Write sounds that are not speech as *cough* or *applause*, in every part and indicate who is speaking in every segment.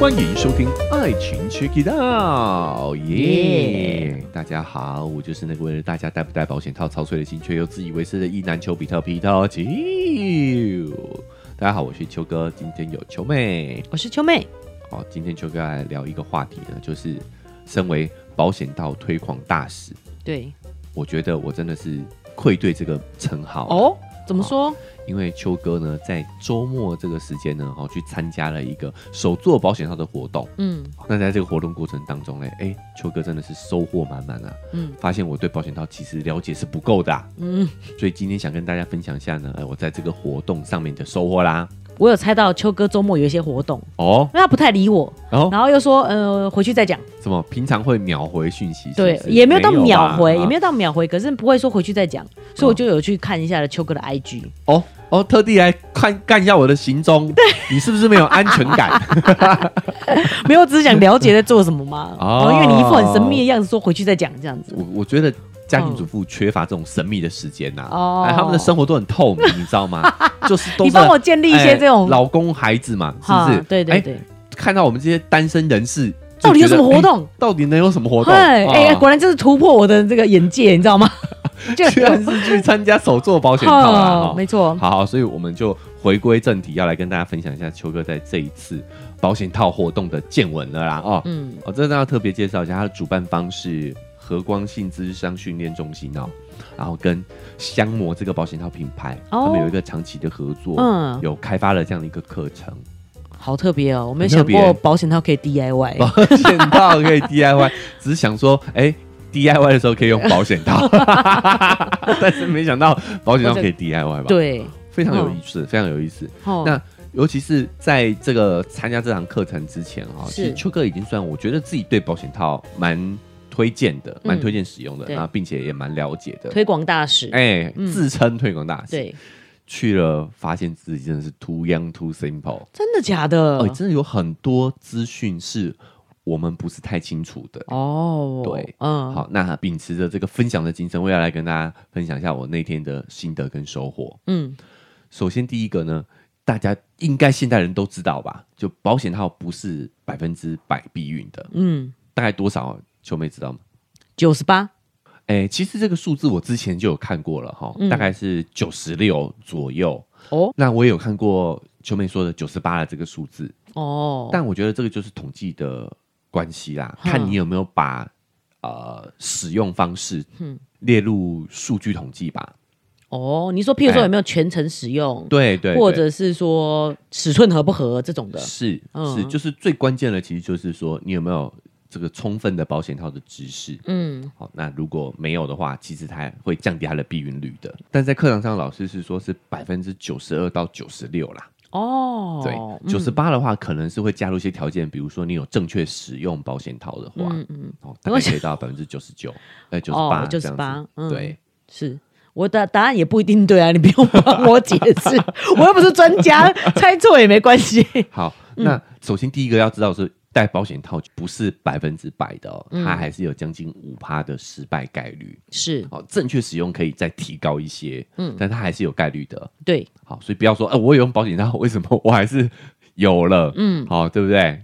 Speaker 1: 欢迎收听《爱情 Check It Out》，耶！大家好，我就是那个为了大家戴不戴保险套操碎了心却又自以为是的意男丘比特皮特丘。大家好，我是丘哥，今天有丘妹。
Speaker 2: 我是秋妹，
Speaker 1: 好，今天丘哥来聊一个话题呢，就是身为保险套推广大使，
Speaker 2: 对
Speaker 1: 我觉得我真的是愧对这个称号哦，
Speaker 2: 哦，怎么说？
Speaker 1: 因为丘哥呢在周末这个时间呢，哦去参加了一个手做保险套的活动。
Speaker 2: 嗯
Speaker 1: 那在这个活动过程当中呢，哎、秋哥真的是收获满满啊！
Speaker 2: 嗯
Speaker 1: 发现我对保险套其实了解是不够的啊、
Speaker 2: 嗯，
Speaker 1: 所以今天想跟大家分享一下呢，呃我在这个活动上面的收获啦。
Speaker 2: 我有猜到秋哥周末有一些活动，
Speaker 1: 哦，
Speaker 2: 因为他不太理我，
Speaker 1: 然后
Speaker 2: 然后又说呃回去再讲，
Speaker 1: 什么平常会秒回讯息是不
Speaker 2: 对
Speaker 1: 是，
Speaker 2: 也没有到秒回，也
Speaker 1: 有啊
Speaker 2: 没有到秒回，可是不会说回去再讲，所以
Speaker 1: 哦
Speaker 2: 我就有去看一下了秋哥的 IG，
Speaker 1: 吧哦哦，特地来看看一下我的行踪，你是不是没有安全
Speaker 2: *laughs*
Speaker 1: 感？
Speaker 2: 没有，我只是想了解在做什么嘛，然
Speaker 1: 哦
Speaker 2: 后因为你一副很神秘的样子，说回去再讲这样子，
Speaker 1: 我我觉得家庭主妇缺乏这种神秘的时间呐、
Speaker 2: 嗯哦
Speaker 1: 哎他们的生活都很透明，你知道
Speaker 2: *laughs*
Speaker 1: 吗？就是都是
Speaker 2: 你帮我建立一些这种
Speaker 1: 哎老公孩子嘛，是
Speaker 2: 哈
Speaker 1: 不是？
Speaker 2: 对
Speaker 1: 哎
Speaker 2: 对对，
Speaker 1: 看到我们这些单身人士，
Speaker 2: 到底有什么
Speaker 1: 就觉得
Speaker 2: 活？动
Speaker 1: 哎？到底能有什么活动？
Speaker 2: 哎
Speaker 1: 哦
Speaker 2: 哎，果然就是突破我的这个眼界，你知
Speaker 1: *laughs*
Speaker 2: 道吗？就哦
Speaker 1: 居然是去参加手做保险套啦！
Speaker 2: 没
Speaker 1: 哈
Speaker 2: 错，
Speaker 1: 啊哦好好，所以我们就回归正题，要来跟大家分享一下秋哥在这一次保险套活动的见闻了啦！哦，
Speaker 2: 嗯
Speaker 1: 我、哦、这真的要特别介绍一下，它的主办方是和光性咨商训练中心哦，然后跟香魔这个保险套品牌，
Speaker 2: 哦
Speaker 1: 他们有一个长期的合作，
Speaker 2: 嗯，
Speaker 1: 有开发了这样的一个课程，
Speaker 2: 好特别哦，我没
Speaker 1: 很
Speaker 2: 有
Speaker 1: 特
Speaker 2: 想
Speaker 1: 别哦
Speaker 2: 过保险套可以 DIY。
Speaker 1: 保险套可以 DIY，只 *laughs* 是想说，哎、DIY 的时候可以用保险套， *laughs* 但是没想到保险套可以 DIY 吧？，
Speaker 2: 对，嗯
Speaker 1: 非常有意思，非常有意思。
Speaker 2: 哦
Speaker 1: 哦那尤其是在这个参加这堂课程之前哈、哦，
Speaker 2: 是
Speaker 1: 其实秋哥已经算我觉得自己对保险套蛮推荐的，蛮推荐使用的，
Speaker 2: 嗯对
Speaker 1: 然后并且也蛮了解的。
Speaker 2: 推广大使，
Speaker 1: 哎，
Speaker 2: 嗯
Speaker 1: 自称推广大使，
Speaker 2: 对，
Speaker 1: 去了发现自己真的是 too young too simple，
Speaker 2: 真的假的
Speaker 1: 哦，？真的有很多资讯是我们不是太清楚的。
Speaker 2: 哦，
Speaker 1: 对，
Speaker 2: 嗯，
Speaker 1: 好，那秉持着这个分享的精神，我也要来跟大家分享一下我那天的心得跟收获。
Speaker 2: 嗯，
Speaker 1: 首先第一个呢，大家应该现代人都知道吧？就保险套不是百分之百避孕的，
Speaker 2: 嗯
Speaker 1: 大概多少？秋妹知道吗？
Speaker 2: 九十八，
Speaker 1: 哎、其实这个数字我之前就有看过了哈，
Speaker 2: 嗯
Speaker 1: 大概是九十六左右。
Speaker 2: 哦
Speaker 1: 那我也有看过秋妹说的九十八的这个数字，
Speaker 2: 哦，
Speaker 1: 但我觉得这个就是统计的关系啦，
Speaker 2: 嗯
Speaker 1: 看你有没有把呃使用方式
Speaker 2: 嗯
Speaker 1: 列入数据统计吧。
Speaker 2: 哦，你说譬如说
Speaker 1: 哎
Speaker 2: 有没有全程使用，
Speaker 1: 对对对
Speaker 2: 或者是说尺寸合不合这种的，
Speaker 1: 是
Speaker 2: 嗯
Speaker 1: 是，就是最关键的，其实就是说你有没有这个充分的保险套的知识。
Speaker 2: 嗯，
Speaker 1: 好，那如果没有的话，其实它会降低它的避孕率的。但在课堂上，老师是说是百分之九十二到九十六啦。
Speaker 2: 哦，
Speaker 1: 对，
Speaker 2: 嗯
Speaker 1: 九十，八的话，可能是会加入一些条件，比如说你有正确使用保险套的话，
Speaker 2: 嗯嗯，
Speaker 1: 哦，大概可以到百分之九十
Speaker 2: *laughs*
Speaker 1: 九，呃，九十八，
Speaker 2: 哦98嗯
Speaker 1: 对，
Speaker 2: 是。我的答案也不一定对啊，你不用帮我解释，
Speaker 1: *laughs*
Speaker 2: 我又不是专家，猜错也没关系。
Speaker 1: 好，
Speaker 2: 嗯
Speaker 1: 那首先第一个要知道是戴保险套不是百分之百的、哦，
Speaker 2: 嗯
Speaker 1: 它还是有将近五趴的失败概率。
Speaker 2: 是
Speaker 1: 好，正确使用可以再提高一些，嗯，但它还是有概率的。
Speaker 2: 对，
Speaker 1: 好，所以不要说，呃，我有用保险套，为什么我还是有了？嗯，好，对不对？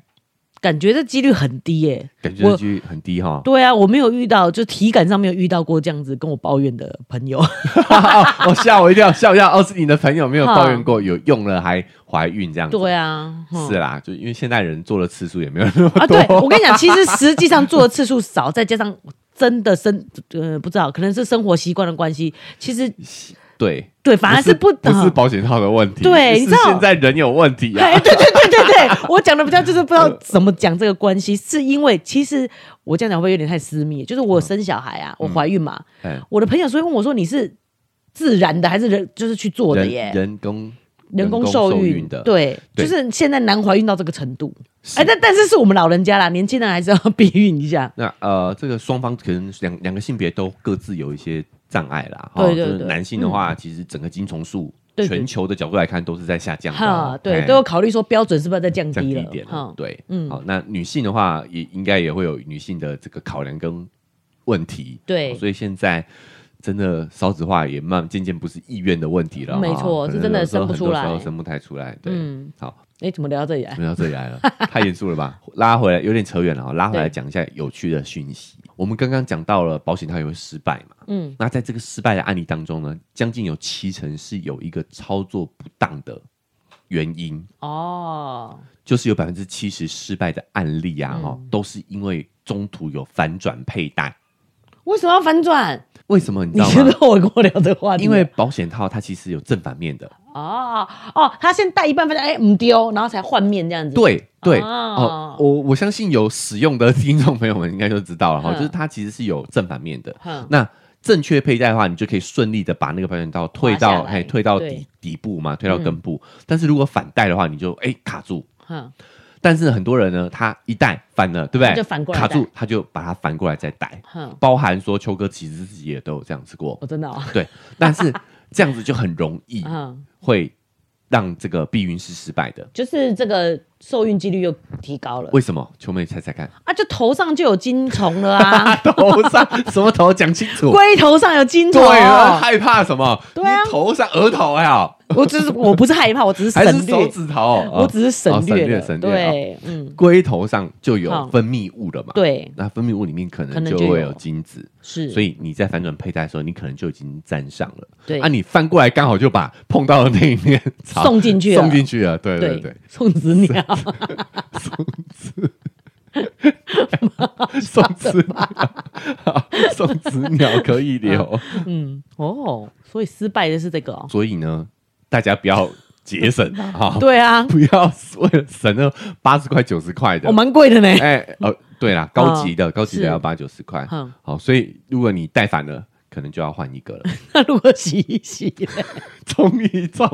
Speaker 2: 感觉这几率很低耶、。
Speaker 1: 感觉这句很低哈
Speaker 2: 对啊，我没有遇到，就体感上没有遇到过这样子跟我抱怨的朋
Speaker 1: *laughs*
Speaker 2: 友。
Speaker 1: 哦，吓我一跳，吓我一跳。哦，是你的朋友没有抱怨过，有用了还怀孕这样子？
Speaker 2: 对啊，哼
Speaker 1: 是啦，就因为现代人做的次数也没有那么
Speaker 2: 啊，
Speaker 1: 多。
Speaker 2: 对我跟你讲，其实实际上做的次数少，再加上真的生呃不知道，可能是生活习惯的关系，其实
Speaker 1: 对
Speaker 2: 对反而是不
Speaker 1: 不是
Speaker 2: 啊
Speaker 1: 保险套的问题，
Speaker 2: 对
Speaker 1: 是
Speaker 2: 你知道
Speaker 1: 现在人有问题啊。
Speaker 2: *laughs* 哎，对对对对对， *laughs* 我讲的比较就是不知道怎么讲这个关系，是因为其实我这样讲会不会有点太私密？就是我生小孩啊，我怀孕嘛，
Speaker 1: 哎
Speaker 2: 我的朋友所以问我说你是自然的还是人就是去做的
Speaker 1: 人
Speaker 2: 耶？
Speaker 1: 人工
Speaker 2: 人工
Speaker 1: 受
Speaker 2: 受孕
Speaker 1: 的，
Speaker 2: 对，
Speaker 1: 对
Speaker 2: 就是现在难怀孕到这个程度。
Speaker 1: 是
Speaker 2: 哎，但但是是我们老人家啦，年轻人还是要避孕
Speaker 1: *laughs*
Speaker 2: 一下。
Speaker 1: 那呃，这个双方可能两两个性别都各自有一些障碍啦。
Speaker 2: 对对
Speaker 1: 就是
Speaker 2: 对嗯
Speaker 1: 男性的话，其实整个精虫数
Speaker 2: 对对
Speaker 1: 全球的角度来看都是在下降的
Speaker 2: 哈
Speaker 1: 哦，，哎
Speaker 2: 对，都有考虑说标准是不是要再降
Speaker 1: 降低
Speaker 2: 低
Speaker 1: 一
Speaker 2: 了？
Speaker 1: 点了
Speaker 2: 哈，
Speaker 1: 对，
Speaker 2: 嗯
Speaker 1: 好，那女性的话也应该也会有女性的这个考量跟问题。
Speaker 2: 对
Speaker 1: 哦所以现在。真的少子化也慢渐渐不是意愿的问题了，
Speaker 2: 没
Speaker 1: 哦
Speaker 2: 错
Speaker 1: 可
Speaker 2: 这
Speaker 1: 能
Speaker 2: 真的
Speaker 1: 有时候
Speaker 2: 生不
Speaker 1: 很
Speaker 2: 出
Speaker 1: 多时
Speaker 2: 来
Speaker 1: 候生不太出来。对，
Speaker 2: 嗯
Speaker 1: 好，
Speaker 2: 哎，怎么聊到这里来
Speaker 1: 怎？么到这里来了？ *laughs* 太严肃了吧？拉回来有点扯远了啊，拉回来讲一下有趣的讯息。我们刚刚讲到了保险套也会失败嘛，
Speaker 2: 嗯，
Speaker 1: 那在这个失败的案例当中呢，将近有七成是有一个操作不当的原因，
Speaker 2: 哦，
Speaker 1: 就是有百分之七十失败的案例
Speaker 2: 嗯
Speaker 1: 啊，哈、都是因为中途有反转佩戴。
Speaker 2: 为什么要反转？
Speaker 1: 为什么你知
Speaker 2: 你
Speaker 1: 道
Speaker 2: 觉
Speaker 1: 吗
Speaker 2: 得？我跟我聊这个话题？啊
Speaker 1: 因为保险套它其实有正反面的，
Speaker 2: 哦哦，他先戴一半，发现哎唔丢，然后才换面这样子。，
Speaker 1: 对对
Speaker 2: 哦
Speaker 1: 哦，我我相信有使用的听众朋友们应该就知道了哈，
Speaker 2: 嗯
Speaker 1: 就是它其实是有正反面的。
Speaker 2: 哼，
Speaker 1: 那正确佩戴的话，你就可以顺利的把那个保险套退
Speaker 2: 滑
Speaker 1: 到
Speaker 2: 下来
Speaker 1: 哎退到
Speaker 2: 对嗯
Speaker 1: 底底部嘛，退到根部。但是如果反戴的话，你就哎卡住。
Speaker 2: 哼，
Speaker 1: 但是很多人呢，他一戴反了，对不对？
Speaker 2: 他就反过来
Speaker 1: 卡
Speaker 2: 戴
Speaker 1: 住，他就把它反过来再戴。
Speaker 2: 哼，
Speaker 1: 包含说秋哥其实自己也都有这样子过
Speaker 2: 我，真的哦，
Speaker 1: 对。但是这样子就很容易
Speaker 2: *laughs* 嗯，
Speaker 1: 会让这个避孕是失败的。
Speaker 2: 就是这个受孕几率又提高了
Speaker 1: 为什么？秋妹猜猜看，
Speaker 2: 啊，就头上就有金虫了 *laughs* 啊，
Speaker 1: 头
Speaker 2: *laughs*
Speaker 1: 上什么头？讲清 *laughs* 楚。
Speaker 2: 龟头上有金虫
Speaker 1: 对
Speaker 2: 哦。
Speaker 1: 啊，害怕什么？
Speaker 2: 对啊
Speaker 1: 你头上额头呀，
Speaker 2: 我只是我不是害怕，我只是
Speaker 1: 还是
Speaker 2: 省
Speaker 1: 手
Speaker 2: 略，
Speaker 1: 指头？
Speaker 2: 我只是省略了
Speaker 1: 哦省略省略
Speaker 2: 对，嗯，
Speaker 1: 龟头上就有
Speaker 2: 好
Speaker 1: 分泌物了嘛？，
Speaker 2: 对，
Speaker 1: 那分泌物里面可能
Speaker 2: 可能
Speaker 1: 就
Speaker 2: 就
Speaker 1: 会有
Speaker 2: 有
Speaker 1: 精子，
Speaker 2: 是，
Speaker 1: 所
Speaker 2: 以
Speaker 1: 以你在反转佩戴的时候，你可能就已经沾上了。
Speaker 2: 对
Speaker 1: 啊，你翻过来刚好就把碰到的那一面 *laughs* 朝
Speaker 2: 送进去
Speaker 1: 啊
Speaker 2: 了
Speaker 1: 送进去了。对对对 *laughs*
Speaker 2: 对，送子鸟，
Speaker 1: 送子鸟，送子鸟可以留。
Speaker 2: 嗯，哦，所以失败的是这个哦，
Speaker 1: *laughs* 所以呢，大家不要节 *laughs* 省啊，哈
Speaker 2: 对啊，
Speaker 1: 不要为了省那八十块九十块的
Speaker 2: 哦，。蛮贵的呢， *laughs*
Speaker 1: 哎，呃，对啦，高级的高级的
Speaker 2: 是
Speaker 1: 要八九十块。
Speaker 2: 嗯，
Speaker 1: 好，所以如果你戴反了，可能就要换一 *laughs* 个了。
Speaker 2: 那如果洗一洗嘞，
Speaker 1: 中一中，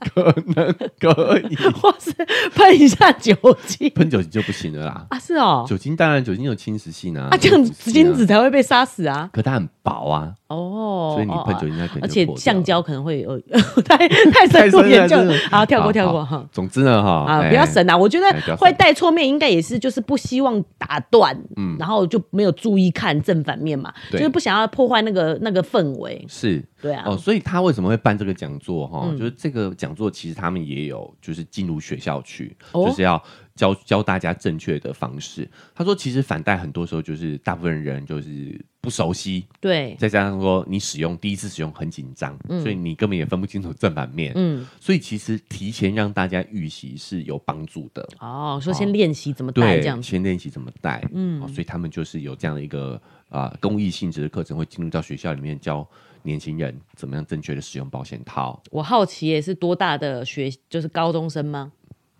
Speaker 1: 可能可以。
Speaker 2: 或是喷一下酒精
Speaker 1: *laughs* 喷酒精就不行了啦，
Speaker 2: 啊，是哦，
Speaker 1: 酒精当然酒精有侵蚀性啊，
Speaker 2: 啊，这样
Speaker 1: 有毒性啊
Speaker 2: 金子，才会被杀死啊！
Speaker 1: 可它很薄啊，
Speaker 2: 哦，
Speaker 1: 所以你喷酒
Speaker 2: 哦，
Speaker 1: 精它可能
Speaker 2: 而
Speaker 1: 就
Speaker 2: 且
Speaker 1: 破掉
Speaker 2: 橡
Speaker 1: 了。
Speaker 2: 胶可能会有 *laughs* 太太 *laughs* 深入
Speaker 1: *laughs* 太深了
Speaker 2: 研究
Speaker 1: 真的，
Speaker 2: 好，跳过跳过
Speaker 1: 好
Speaker 2: 哈。
Speaker 1: 总之呢，哈，
Speaker 2: 啊，
Speaker 1: 哎
Speaker 2: 不要省啊！我觉
Speaker 1: 哎不要
Speaker 2: 得
Speaker 1: 省
Speaker 2: 会带错面，应该也是就是不希望打断，
Speaker 1: 嗯
Speaker 2: 然后就没有注意看正反面嘛，就
Speaker 1: 对
Speaker 2: 是不想要破坏那个那个氛围，
Speaker 1: 是
Speaker 2: 对啊，
Speaker 1: 哦，所以他为什么会办这个讲座哈？
Speaker 2: 嗯
Speaker 1: 就是这个讲座其实他们也有，就是进入学校去，
Speaker 2: 哦
Speaker 1: 就是要教教大家正确的方式。他说，其实反戴很多时候就是大部分人就是不熟悉，
Speaker 2: 对，
Speaker 1: 再加上说你使用第一次使用很紧张，所以你根本也分不清楚正反面。
Speaker 2: 嗯，
Speaker 1: 所以其实提前让大家预习是有帮助的。
Speaker 2: 哦，说
Speaker 1: 好
Speaker 2: 先练习怎么带
Speaker 1: 对
Speaker 2: 这样，子，
Speaker 1: 先练习怎么带，嗯、所以他们就是有这样的一个啊、公益性质的课程，会进入到学校里面教年轻人怎么样正确的使用保险套。
Speaker 2: 我好奇也是多大的学，就是高中生吗？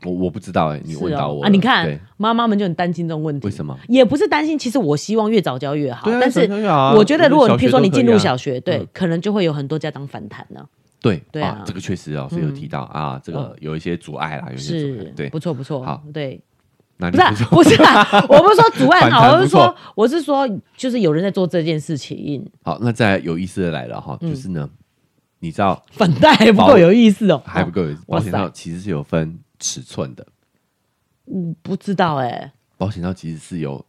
Speaker 1: 我我不知道哎、你
Speaker 2: 是
Speaker 1: 问到
Speaker 2: 哦
Speaker 1: 我了、
Speaker 2: 啊！你
Speaker 1: 对
Speaker 2: 看，妈妈们就很担心这种问题，
Speaker 1: 为什么？
Speaker 2: 也不是担心，其实我希望越早教越好，
Speaker 1: 对啊
Speaker 2: 哦但
Speaker 1: 小朋
Speaker 2: 是
Speaker 1: 友啊
Speaker 2: 我觉得如果
Speaker 1: 小学
Speaker 2: 譬如说
Speaker 1: 都
Speaker 2: 你
Speaker 1: 可以
Speaker 2: 进入
Speaker 1: 啊
Speaker 2: 小学，对
Speaker 1: 嗯，
Speaker 2: 可能就会有很多家长反弹呢，
Speaker 1: 对
Speaker 2: 对啊嗯哦
Speaker 1: 这个确实哦，所以有提到、啊，这个有一些阻碍啦，有一些阻碍
Speaker 2: 是，
Speaker 1: 对
Speaker 2: 不，错不错，
Speaker 1: 好，
Speaker 2: 对，
Speaker 1: 那你
Speaker 2: 不是啊
Speaker 1: 说 *laughs*
Speaker 2: 不是啊，我不是说阻碍
Speaker 1: 反
Speaker 2: 好，
Speaker 1: 弹
Speaker 2: 我
Speaker 1: 不
Speaker 2: 是
Speaker 1: 错
Speaker 2: 说我是说就是有人在做这件事情，
Speaker 1: 好，那再来有意思的来了哈，
Speaker 2: 嗯
Speaker 1: 就是呢，你知道
Speaker 2: 反弹还不
Speaker 1: 保
Speaker 2: 够有意思哦，
Speaker 1: 还不够有意思，
Speaker 2: 哇
Speaker 1: 保
Speaker 2: 塞
Speaker 1: 险套其实是有分尺寸的，
Speaker 2: 哦不知道哎，
Speaker 1: 保险套其实是有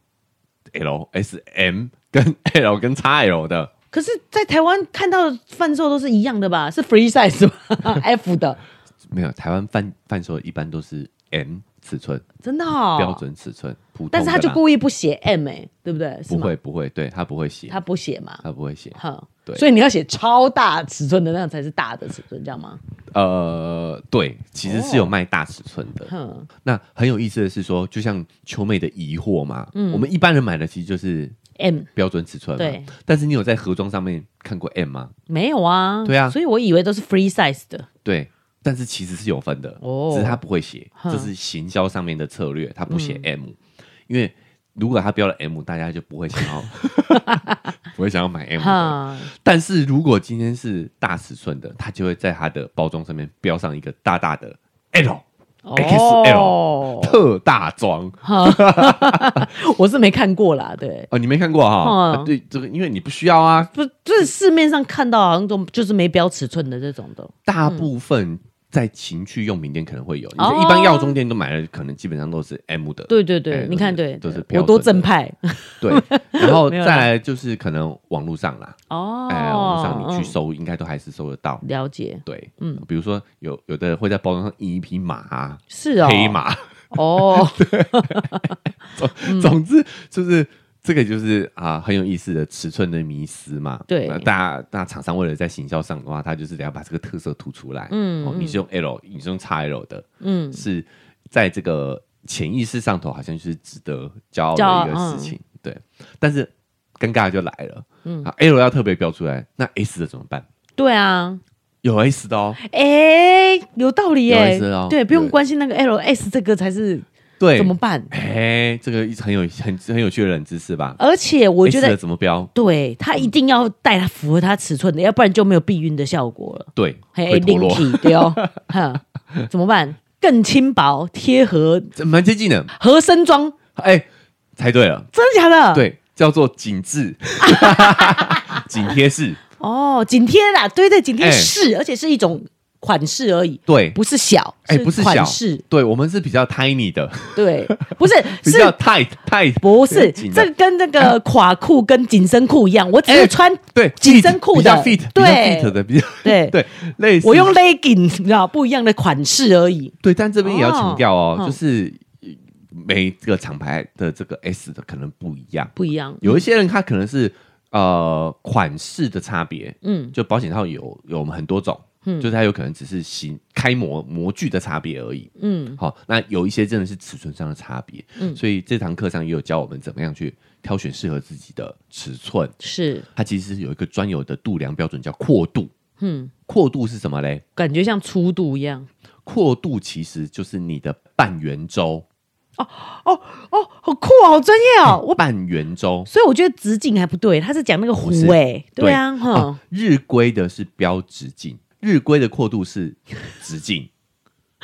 Speaker 1: L、S、M 跟 L 跟 XL 的。
Speaker 2: 可是，在台湾看到贩售都是一样的吧？是 free size 吧 *laughs* ？F 的，
Speaker 1: 没有，台湾贩贩售一般都是 M 尺寸、
Speaker 2: 真的哦，
Speaker 1: 标。准尺寸，普通的啦。
Speaker 2: 但是他就故意不写 M 哎、对不对？是
Speaker 1: 不
Speaker 2: 吗
Speaker 1: 会，不会，对他不会写，
Speaker 2: 他不写嘛。
Speaker 1: 他不会写。
Speaker 2: 哼，
Speaker 1: 对
Speaker 2: 所以你要写超大尺寸的那样才是大的尺寸，这样吗？
Speaker 1: 呃，对，其实是有卖大尺寸的。
Speaker 2: 哦哼，
Speaker 1: 那很有意思的是说，就像秋妹的疑惑嘛，我们一般人买的其实就是。
Speaker 2: M
Speaker 1: 标准尺寸嘛，
Speaker 2: 嗯对
Speaker 1: 但是你有在盒装上面看过 M 吗？
Speaker 2: 没有啊，
Speaker 1: 对啊
Speaker 2: 所以我以为都是 free size 的，
Speaker 1: 对，但是其实是有分的，
Speaker 2: 哦
Speaker 1: 只是他不会写，
Speaker 2: 哼嗯
Speaker 1: 这是行销上面的策略，他不写 M，、因为如果他标了 M，大家就不会想
Speaker 2: *laughs*
Speaker 1: 要，不会想要买 M 的。
Speaker 2: 哈，
Speaker 1: 但是如果今天是大尺寸的，他就会在他的包装上面标上一个大大的 L，XL
Speaker 2: 哦，
Speaker 1: 特大装。
Speaker 2: 我是没看过啦，对，
Speaker 1: 哦，你没看过哈、
Speaker 2: 嗯
Speaker 1: 啊对，这个因为你不需要啊，呃
Speaker 2: 不，就是市面上看到好像都就是没标尺寸的这种的，
Speaker 1: 大部分在情趣用品店可能会有，你
Speaker 2: 哦
Speaker 1: 一般药妆店都买的可能基本上都是 M 的，
Speaker 2: 对对
Speaker 1: 哎
Speaker 2: 对，你看
Speaker 1: 都是
Speaker 2: 对，
Speaker 1: 都是
Speaker 2: 我
Speaker 1: 标
Speaker 2: 多
Speaker 1: 准的哎
Speaker 2: 正派
Speaker 1: 对，然后
Speaker 2: *laughs* 没有
Speaker 1: 再
Speaker 2: 啦
Speaker 1: 来就是可能网络上啦，哎，网络
Speaker 2: 哦
Speaker 1: 上。你去搜应该都还是搜得到
Speaker 2: 嗯，了解，
Speaker 1: 对，嗯
Speaker 2: 嗯，
Speaker 1: 比如说有有的会在包装上印一匹马啊，
Speaker 2: 是哦，
Speaker 1: 黑马，
Speaker 2: 哦，
Speaker 1: *laughs* 总之就是这个就是啊、很有意思的尺寸的迷思嘛。
Speaker 2: 对
Speaker 1: 那大家大家厂商为了在行销上的话，他就是得要把这个特色突出来。
Speaker 2: 嗯
Speaker 1: 哦，
Speaker 2: 嗯
Speaker 1: 你是用 L，你是用 XL 的，
Speaker 2: 嗯，
Speaker 1: 是在这个潜意识上头好像就是值得骄
Speaker 2: 骄
Speaker 1: 傲
Speaker 2: 傲
Speaker 1: 的一个
Speaker 2: 嗯
Speaker 1: 事情。对，但是尴尬就来了，嗯，L 要特别标出来，那 S 的怎么办？
Speaker 2: 对啊，
Speaker 1: 有 S 的哦，
Speaker 2: 哎，有道理
Speaker 1: 有
Speaker 2: 耶
Speaker 1: 意思哦，
Speaker 2: 对，不用
Speaker 1: 对
Speaker 2: 关心那个 L S 这个才是
Speaker 1: 对，
Speaker 2: 怎么？办？
Speaker 1: 哎，这个很有很很有趣的冷知识吧？
Speaker 2: 而且我觉
Speaker 1: S 的
Speaker 2: 得，
Speaker 1: 怎么标？
Speaker 2: 对他一定要带它符合它尺寸的，要不然就没有避孕的效果了。
Speaker 1: 对，
Speaker 2: 嘿，
Speaker 1: 会
Speaker 2: 哎
Speaker 1: 脱
Speaker 2: 另
Speaker 1: 落，
Speaker 2: 体对
Speaker 1: *laughs*
Speaker 2: 哦，哈，怎么办？更轻薄贴合
Speaker 1: 这蛮接近的。
Speaker 2: 合身装，
Speaker 1: 哎、啊猜对了，
Speaker 2: 真的假的？，
Speaker 1: 对，叫做紧 *laughs* 致，紧贴式，
Speaker 2: 哦，紧贴啦，对对，紧贴
Speaker 1: 哎
Speaker 2: 式，而且是一种款式而已，
Speaker 1: 对，
Speaker 2: 不是小，
Speaker 1: 哎不是小
Speaker 2: 款式，
Speaker 1: 对，我们是比较 tiny 的，
Speaker 2: 对，不是
Speaker 1: *laughs* 比
Speaker 2: 是
Speaker 1: 较 tight tight，
Speaker 2: 不是，
Speaker 1: 紧
Speaker 2: 这
Speaker 1: 的
Speaker 2: 个跟那个垮裤跟紧身裤一样，我只是穿
Speaker 1: 对，
Speaker 2: 紧身裤的
Speaker 1: fit，比较 fit，
Speaker 2: 对
Speaker 1: 比较 fit 的，比较
Speaker 2: 对，
Speaker 1: *laughs* 对，类似，
Speaker 2: 我用 legging，你知道不一样的款式而已。
Speaker 1: 对，但这边也要强调哦，
Speaker 2: 哦
Speaker 1: 就是每个厂牌的这个 S 的可能不一样，
Speaker 2: 不一样，
Speaker 1: 有一些人他可能是呃款式的差别，
Speaker 2: 嗯
Speaker 1: 就保险套有有我们很多种，
Speaker 2: 嗯
Speaker 1: 就是它有可能只是形开模模具的差别而已。
Speaker 2: 嗯，
Speaker 1: 好，那有一些真的是尺寸上的差别，
Speaker 2: 嗯
Speaker 1: 所以这堂课上也有教我们怎么样去挑选适合自己的尺寸。
Speaker 2: 是，
Speaker 1: 它其实有一个专有的度量标准叫阔度，
Speaker 2: 嗯，
Speaker 1: 阔度是什么嘞？
Speaker 2: 感觉像粗度一样。
Speaker 1: 阔度其实就是你的半圆周，
Speaker 2: 哦，好酷哦，好专业
Speaker 1: 哎
Speaker 2: 哦。我
Speaker 1: 半圆周。
Speaker 2: 所以我觉得直径还不对，他是讲那个
Speaker 1: 哦不是
Speaker 2: 弧哎，对啊，
Speaker 1: 啊
Speaker 2: 哈， *laughs*
Speaker 1: 日规的是标直径，日规的阔度是直径。
Speaker 2: *laughs*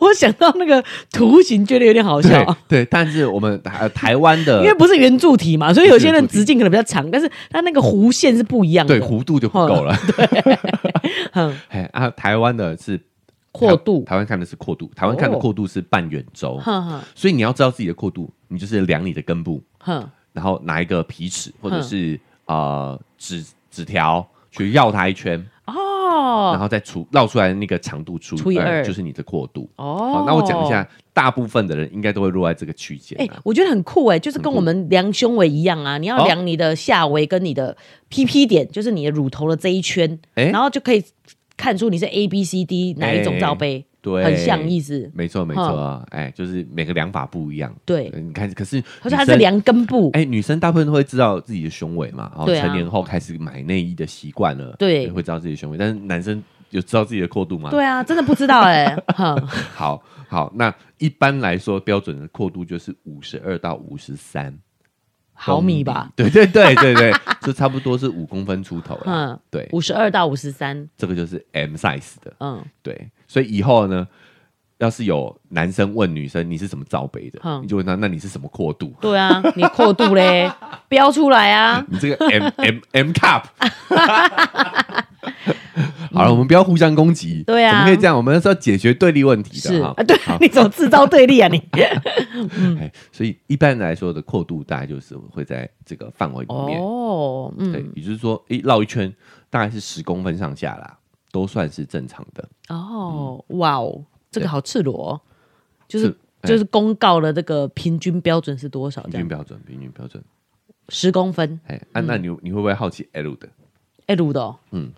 Speaker 2: 我想到那个图形觉得有点好
Speaker 1: 对
Speaker 2: 笑。
Speaker 1: 对，但是我们台呃台湾的
Speaker 2: 哦因为不是圆柱体嘛，所以有些
Speaker 1: 不是圆
Speaker 2: 人
Speaker 1: 柱体
Speaker 2: 直径可能比较长，但是它那个弧线是不一样的。
Speaker 1: 对，弧度就不够了。 *laughs*
Speaker 2: 嗯，
Speaker 1: 哎啊，台湾的是
Speaker 2: 阔度，
Speaker 1: 台湾看的是阔度，台湾看的
Speaker 2: 哦
Speaker 1: 阔度是半圆周，
Speaker 2: 哼哼
Speaker 1: 所以你要知道自己的阔度，你就是量你的根部，
Speaker 2: 哼，
Speaker 1: 然后拿一个皮尺或者
Speaker 2: 嗯
Speaker 1: 是呃纸纸条去绕它一圈，然
Speaker 2: 哦
Speaker 1: 后再除绕出来的那个长度除
Speaker 2: 除以二
Speaker 1: 就是你的阔度。
Speaker 2: 哦
Speaker 1: 好，，那我讲一下，大部分的人应该都会落在这个区
Speaker 2: 哎、
Speaker 1: 间啊。
Speaker 2: 我觉得很酷哎、就是跟我们量胸围一样啊，你
Speaker 1: 嗯哦
Speaker 2: 要量你的下围跟你的 PP 点，就是你的乳头的这一圈，
Speaker 1: 哎
Speaker 2: 然后就可以看出你是 A B C D 哪一种罩杯，
Speaker 1: 对，
Speaker 2: 很像意思。嗯
Speaker 1: 没错没错啊，哎，就是每个量法不一样。
Speaker 2: 对，
Speaker 1: 你看，可是
Speaker 2: 可是它
Speaker 1: 女生
Speaker 2: 是量根部，
Speaker 1: 哎、女生大部分都会知道自己的胸围嘛，然、后
Speaker 2: 对啊
Speaker 1: 成年后开始买内衣的习惯了，
Speaker 2: 对
Speaker 1: 也会知道自己的胸围。但是男生有知道自己的阔度吗？，
Speaker 2: 对啊，真的不知道哎、
Speaker 1: *laughs*
Speaker 2: 哈，
Speaker 1: 好好，那一般来说标准的阔度就是五十二到五十三
Speaker 2: 毫米吧，，
Speaker 1: 对对对对对，就差不多是五公分出头了。
Speaker 2: 嗯
Speaker 1: 对，
Speaker 2: 五十二到五十三，
Speaker 1: 这个就是 M size 的，
Speaker 2: 嗯，
Speaker 1: 对，所以以后呢。要是有男生问女生你是什么罩杯的，
Speaker 2: 嗯
Speaker 1: 你就问他，那你是什么阔度？
Speaker 2: 对啊，你阔度嘞，标出来啊，
Speaker 1: 你这个 M *laughs* M M
Speaker 2: *laughs*
Speaker 1: cup。好了，我们不要互相攻击。
Speaker 2: 嗯对啊
Speaker 1: 怎么可以这样？我们是要解决对立问题
Speaker 2: 是
Speaker 1: 的哈
Speaker 2: 啊，。对嗯
Speaker 1: 好，
Speaker 2: 你怎么制造对立
Speaker 1: *laughs*
Speaker 2: 啊你？
Speaker 1: 哎所以一般来说的阔度大概就是会在这个范围里面。
Speaker 2: 哦，
Speaker 1: 对
Speaker 2: 嗯，，
Speaker 1: 也就是说，一绕一圈大概是十公分上下啦，都算是正常的。
Speaker 2: 哦，哇哦，这个好赤裸哦，就是是
Speaker 1: 嗯哎
Speaker 2: 就是公告了这个平均标准是多少？
Speaker 1: 平
Speaker 2: 这
Speaker 1: 均
Speaker 2: 样嗯
Speaker 1: 标准，平均标准。
Speaker 2: 十公分，
Speaker 1: 哎，啊，那你你会不会好奇 L 的？
Speaker 2: 哎，鲁的，
Speaker 1: 嗯
Speaker 2: 嗯，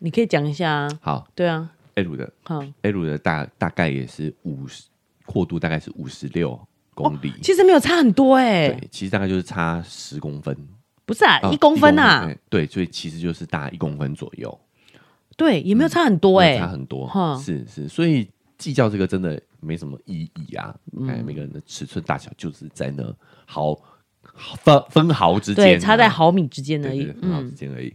Speaker 2: 你可以讲一下啊，
Speaker 1: 好
Speaker 2: 对啊，
Speaker 1: ，L 的
Speaker 2: 好，
Speaker 1: L 的大大概也是五十，阔度大概是五十六公里。
Speaker 2: 其实没有差很多哎，
Speaker 1: 对，其实大概就是差十公分。
Speaker 2: 不是啊
Speaker 1: 啊，
Speaker 2: 一公分啊，
Speaker 1: 哎对，所以其实就是大一公分左右，
Speaker 2: 对，也没有差很多
Speaker 1: 嗯没有差
Speaker 2: 哎，
Speaker 1: 很多
Speaker 2: 哈，
Speaker 1: 是是，所以计较这个真的没什么意义啊，
Speaker 2: 嗯
Speaker 1: 哎，每个人的尺寸大小就是在那毫分分毫之间啊，
Speaker 2: 对，差在毫米之间而
Speaker 1: 对
Speaker 2: 已
Speaker 1: 对，分毫之
Speaker 2: 嗯，
Speaker 1: 间而已，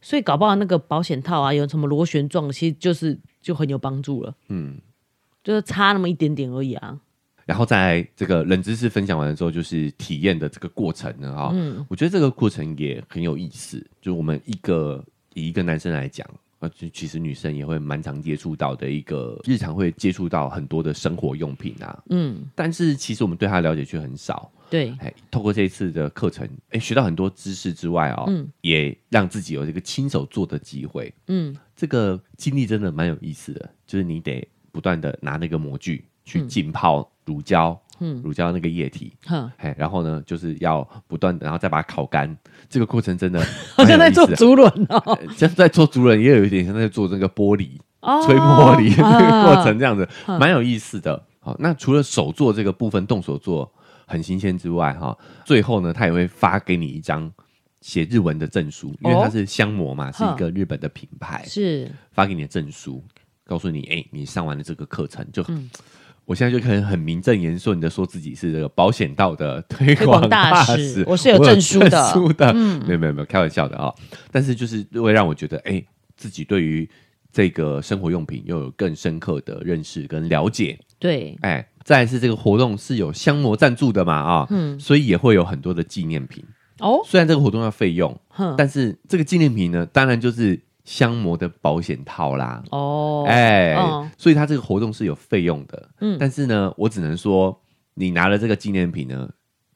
Speaker 2: 所以搞不好那个保险套啊，有什么螺旋状的，其实就是就很有帮助了，
Speaker 1: 嗯。
Speaker 2: 就是差那么一点点而已啊，
Speaker 1: 然后在这个冷知识分享完之后，就是体验的这个过程呢，
Speaker 2: 嗯
Speaker 1: 哈、我觉得这个过程也很有意思。就我们一个以一个男生来讲，呃，其其实女生也会蛮常接触到的一个日常会接触到很多的生活用品啊，
Speaker 2: 嗯，
Speaker 1: 但是其实我们对它的了解却很少。
Speaker 2: 对，
Speaker 1: 哎，透过这一次的课程，哎，学到很多知识之外哦，
Speaker 2: 嗯
Speaker 1: 也让自己有这个亲手做的机会。
Speaker 2: 嗯
Speaker 1: 这个经历真的蛮有意思的，就是你得不断的拿那个模具去浸泡乳胶，
Speaker 2: 嗯
Speaker 1: 乳胶那个液体。
Speaker 2: 哼，
Speaker 1: 哎，然后呢，就是要不断的，然后再把它烤干。这个过程真的
Speaker 2: *laughs* 好像在
Speaker 1: 蛮有
Speaker 2: 做
Speaker 1: 意思的，
Speaker 2: 竹轮哦，
Speaker 1: 呃 *laughs* 像在做主人，也有一点像在做这个玻璃
Speaker 2: 哦
Speaker 1: 吹玻璃那个过程，*laughs*
Speaker 2: 啊
Speaker 1: 这样子蛮有意思的。好，那除了手做这个部分动手做很新鲜之外，哈，最后呢，他也会发给你一张写日文的证书，因
Speaker 2: 哦
Speaker 1: 为它是香模嘛，是一
Speaker 2: 嗯
Speaker 1: 个日本的品牌，
Speaker 2: 是
Speaker 1: 发给你的证书，告诉你，哎、你上完了这个课程，就、
Speaker 2: 嗯
Speaker 1: 我现在就可以很名正言顺的说自己是这个保险道的推
Speaker 2: 推广
Speaker 1: 广
Speaker 2: 大
Speaker 1: 大
Speaker 2: 使
Speaker 1: 使，
Speaker 2: 我是有证书的嗯
Speaker 1: 证书的，没有没有没有，开玩笑的啊、但是就是会让我觉得，哎、自己对于这个生活用品又有更深刻的认识跟了解，
Speaker 2: 对，
Speaker 1: 哎、再来是这个活动是有香模赞助的嘛啊、
Speaker 2: 嗯
Speaker 1: 所以也会有很多的纪念品。
Speaker 2: 哦，
Speaker 1: 虽然这个活动要费用，
Speaker 2: 哼，
Speaker 1: 但是这个纪念品呢，当然就是香模的保险套啦。
Speaker 2: 哦，
Speaker 1: 哎、
Speaker 2: 嗯
Speaker 1: 所以它这个活动是有费用的，
Speaker 2: 嗯
Speaker 1: 但是呢，我只能说，你拿了这个纪念品呢，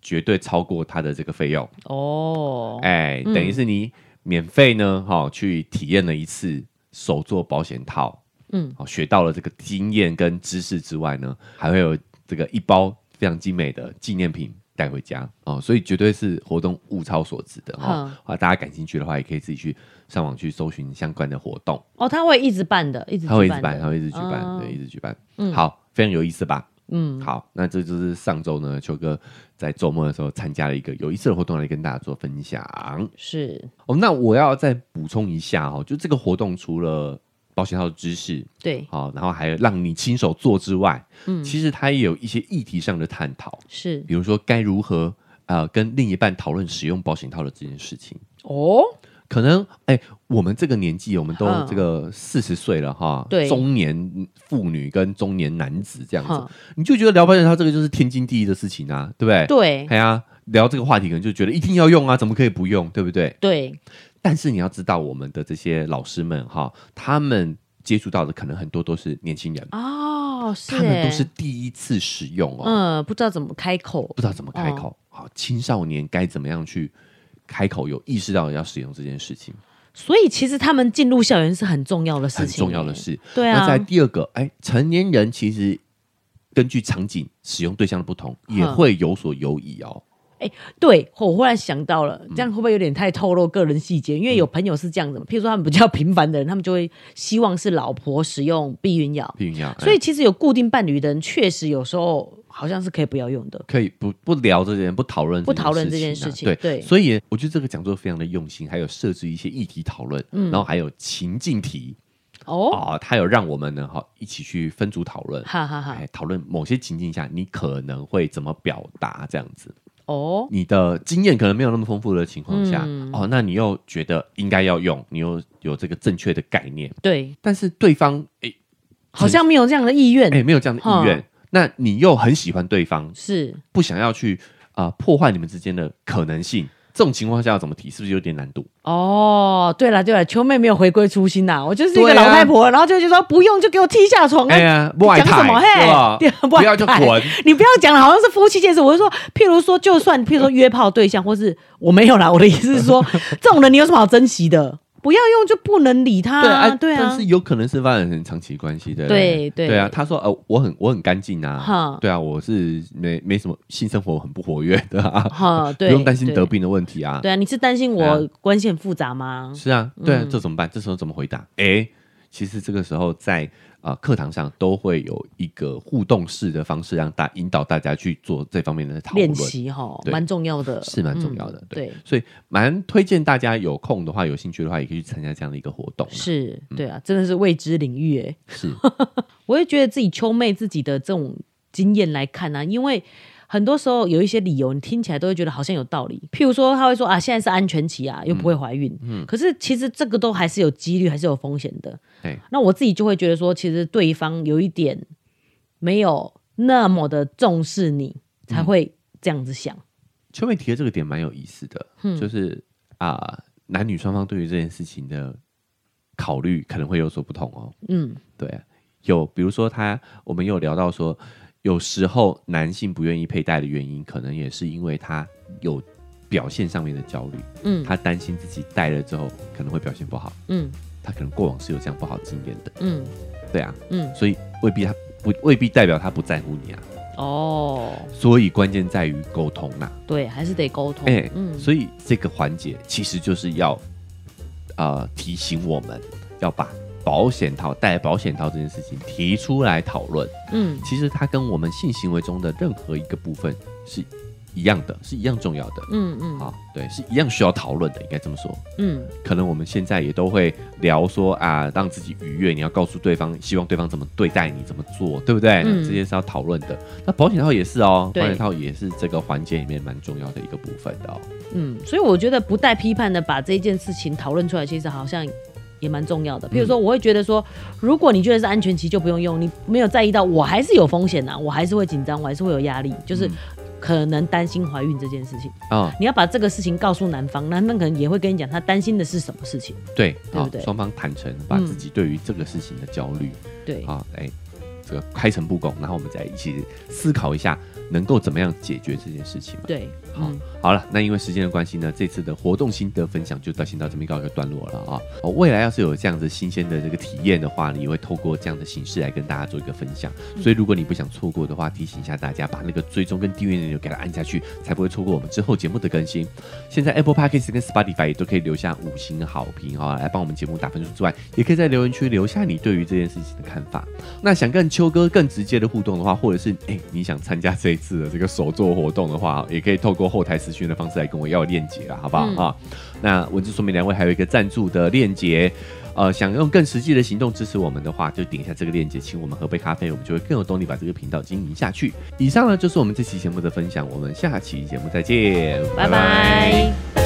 Speaker 1: 绝对超过它的这个费用，
Speaker 2: 哦，
Speaker 1: 哎、
Speaker 2: 嗯
Speaker 1: 等于是你免费呢，哈、去体验了一次手做保险套，
Speaker 2: 嗯，
Speaker 1: 哦，学到了这个经验跟知识之外呢，还会有这个一包非常精美的纪念品。带回家哦，所以绝对是活动物超所值的哦。啊，大家感兴趣的话，也可以自己去上网去搜寻相关的活动。
Speaker 2: 哦，他会一直办的，一直
Speaker 1: 他会一
Speaker 2: 举
Speaker 1: 直办，
Speaker 2: 的
Speaker 1: 他会一直举办，
Speaker 2: 哦
Speaker 1: 对，一直举办。好，非常有意思吧？嗯，好，那这就是上周呢，秋哥在周末的时候参加了一个有意思的活动，来跟大家做分享。
Speaker 2: 是，
Speaker 1: 哦，那我要再补充一下哦，就这个活动除了保险套的知识，
Speaker 2: 对，
Speaker 1: 好、然后还有让你亲手做之外，嗯，其实它也有一些议题上的探讨，
Speaker 2: 是，
Speaker 1: 比如说该如何呃跟另一半讨论使用保险套的这件事情。
Speaker 2: 哦，
Speaker 1: 可能哎、我们这个年纪，我们都
Speaker 2: 嗯
Speaker 1: 这个四十岁了哈，
Speaker 2: 对
Speaker 1: 中年妇女跟中年男子这样
Speaker 2: 哼
Speaker 1: 子，你就觉得聊保险套这个就是天经地义的事情啊，对不对？
Speaker 2: 对，
Speaker 1: 哎呀，聊这个话题可能就觉得一定要用啊，怎么可以不用，对不对？
Speaker 2: 对，
Speaker 1: 但是你要知道，我们的这些老师们哈，他们接触到的可能很多都是年轻人，
Speaker 2: 哦，是
Speaker 1: 他们
Speaker 2: 欸
Speaker 1: 都是第一次使用哦，
Speaker 2: 嗯，哦不知道怎么开口
Speaker 1: 不知道怎么开口。好，青少年该怎么样去开口，有意识到要使用这件事情，
Speaker 2: 所以其实他们进入校园是很重要的事
Speaker 1: 很
Speaker 2: 情欸，
Speaker 1: 重要的事。
Speaker 2: 对
Speaker 1: 那
Speaker 2: 啊
Speaker 1: 在，第二个，哎，成年人其实根据场景、使用对象的不同，
Speaker 2: 嗯
Speaker 1: 也会有所犹疑哦。
Speaker 2: 对哦我忽然想到了，
Speaker 1: 嗯
Speaker 2: 这样会不会有点太透露个人细节？因为有朋友是这样子嘛，譬如说他们比较频繁的人，他们就会希望是老婆使用避孕药，
Speaker 1: 避孕药，哎
Speaker 2: 所以其实有固定伴侣的人，确实有时候好像是可以不要用的。
Speaker 1: 可以不不聊这件，不讨论
Speaker 2: 不讨论这
Speaker 1: 件
Speaker 2: 件事
Speaker 1: 事
Speaker 2: 情
Speaker 1: 情啊
Speaker 2: 对
Speaker 1: 对，所以我觉得这个讲座非常的用心，还有设置一些议题讨论，然后还有情境题
Speaker 2: 嗯哦，
Speaker 1: 啊，它有让我们呢哈一起去分组讨论。
Speaker 2: 哈哈哈，
Speaker 1: 哎，讨论某些情境下你可能会怎么表达，这样子，
Speaker 2: 哦，
Speaker 1: 你的经验可能没有那么丰富的情况下，
Speaker 2: 嗯
Speaker 1: 哦，那你又觉得应该要用，你又有这个正确的概念，
Speaker 2: 对，
Speaker 1: 但是对方诶
Speaker 2: 好像没有这样的意愿，
Speaker 1: 诶没有这样的意
Speaker 2: 哦
Speaker 1: 愿，那你又很喜欢对方，
Speaker 2: 是
Speaker 1: 不想要去啊、呃破坏你们之间的可能性，这种情况下要怎么提？是不是有点难度？
Speaker 2: 哦，对了对了，秋妹没有回归初心呐，我就是一个
Speaker 1: 对
Speaker 2: 老
Speaker 1: 啊
Speaker 2: 太婆，然后就就说不用就给我踢下床啊，
Speaker 1: 哎呀，
Speaker 2: 你
Speaker 1: 外
Speaker 2: 讲什
Speaker 1: 派
Speaker 2: 么
Speaker 1: 对吧
Speaker 2: 嘿？对
Speaker 1: 不要就
Speaker 2: *laughs* 外派
Speaker 1: 滚，
Speaker 2: 你不要讲了，好像是夫妻件事。我是说，譬如说，就算譬如说约炮对象，或是我没有啦，我的意思是说，这种人你有什么好珍惜的？不要用就不能理他、
Speaker 1: 啊，
Speaker 2: 对
Speaker 1: 但
Speaker 2: 啊
Speaker 1: 是，有可能是发展成长期关系的，
Speaker 2: 对对
Speaker 1: 对啊。他说呃，我很我很干净啊
Speaker 2: 哈，
Speaker 1: 对啊，我是没没什么性生活很不活跃的啊，
Speaker 2: 哈，
Speaker 1: 不
Speaker 2: 对，
Speaker 1: 用担心得
Speaker 2: 对。
Speaker 1: 病的问题啊。
Speaker 2: 对啊，你是担心
Speaker 1: 对
Speaker 2: 我关系很复杂吗？
Speaker 1: 是啊，对
Speaker 2: 嗯
Speaker 1: 啊，这怎么办？这时候怎么回答？哎，其实这个时候在啊课堂上都会有一个互动式的方式，让大引导大家去做这方面的讨论
Speaker 2: 练。习哈，
Speaker 1: 对
Speaker 2: 蛮重要的，
Speaker 1: 是蛮重要的
Speaker 2: 嗯
Speaker 1: 对
Speaker 2: 对，
Speaker 1: 所以蛮推荐大家有空的话、有兴趣的话，也可以去参加这样的一个活动啊。
Speaker 2: 是，对啊，真的是未知领域哎。
Speaker 1: 是，
Speaker 2: 我会觉得自己秋妹自己的这种经验来看呢、啊，因为很多时候有一些理由，你听起来都会觉得好像有道理。譬如说，他会说啊，现在是安全期啊，又不会怀孕。嗯，可是其实这个都还是有几率，还是有风险的。
Speaker 1: 对，
Speaker 2: 那我自己就会觉得说，其实对方有一点没有那么的重视你，才会
Speaker 1: 嗯
Speaker 2: 这样子想。
Speaker 1: 秋妹提的这个点
Speaker 2: *laughs* 嗯
Speaker 1: 蛮有意思的，就是啊、男女双方对于这件事情的考虑可能会有所不同哦。
Speaker 2: 嗯，
Speaker 1: 对啊，有比如说他，我们有聊到说，有时候男性不愿意佩戴的原因，可能也是因为他有表现上面的焦虑，
Speaker 2: 嗯
Speaker 1: 他担心自己戴了之后可能会表现不好，
Speaker 2: 嗯
Speaker 1: 他可能过往是有这样不好经验的，
Speaker 2: 嗯
Speaker 1: 对啊，
Speaker 2: 嗯，
Speaker 1: 所以未必他不未必代表他不在乎你啊，
Speaker 2: 哦，
Speaker 1: 所以关键在于沟通啦、
Speaker 2: 对，还是得沟通。
Speaker 1: 哎、
Speaker 2: 嗯，
Speaker 1: 所以这个环节其实就是要呃提醒我们要把保险套戴保险套这件事情提出来讨论。
Speaker 2: 嗯
Speaker 1: 其实它跟我们性行为中的任何一个部分是一样的，是一样重要的。
Speaker 2: 嗯嗯，
Speaker 1: 啊，对，是一样需要讨论的，应该这么说。
Speaker 2: 嗯
Speaker 1: 可能我们现在也都会聊说啊，让自己愉悦，你要告诉对方，希望对方怎么对待你，怎么做，对不对？
Speaker 2: 嗯
Speaker 1: 这些是要讨论的。那保险套也是哦，
Speaker 2: 对
Speaker 1: 保险套也是这个环节里面蛮重要的一个部分的哦。
Speaker 2: 嗯，所以我觉得不带批判的把这件事情讨论出来，其实好像。也蛮重要的，譬如说，我会觉得说，如果你觉得是安全期就不用用，你没有在意到，我还是有风险呐、我还是会紧张，我还是会有压力，就是可能担心怀孕这件事情。
Speaker 1: 啊、
Speaker 2: 你要把这个事情告诉男方，男方可能也会跟你讲他担心的是什么事情。
Speaker 1: 对，
Speaker 2: 对
Speaker 1: 啊，
Speaker 2: 不对
Speaker 1: 双方坦诚，把
Speaker 2: 嗯
Speaker 1: 自己对于这个事情的焦虑
Speaker 2: 对，
Speaker 1: 啊，哎，这个开诚布公，然后我们再一起思考一下，能够怎么样解决这件事情嘛。
Speaker 2: 对，
Speaker 1: 好、好了，那因为时间的关系呢，这次的活动心得分享就到先到这边告一个段落了啊、哦。未来要是有这样子新鲜的这个体验的话，你也会透过这样的形式来跟大家做一个分享。所以如果你不想错过的话，提醒一下大家，把那个追踪跟订阅钮给它按下去，才不会错过我们之后节目的更新。现在 Apple Podcast 跟 Spotify 也都可以留下五星好评哈、来帮我们节目打分数之外，也可以在留言区留下你对于这件事情的看法。那想跟秋哥更直接的互动的话，或者是哎、你想参加这一次的这个手作活动的话，也可以透过后台私讯的方式来跟我要链接啦，好不好
Speaker 2: 嗯
Speaker 1: 啊、那文字说明栏位还有一个赞助的链接。呃，想用更实际的行动支持我们的话，就点一下这个链接，请我们喝杯咖啡，我们就会更有动力把这个频道经营下去。以上呢就是我们这期节目的分享，我们下期节目再见，
Speaker 2: 拜拜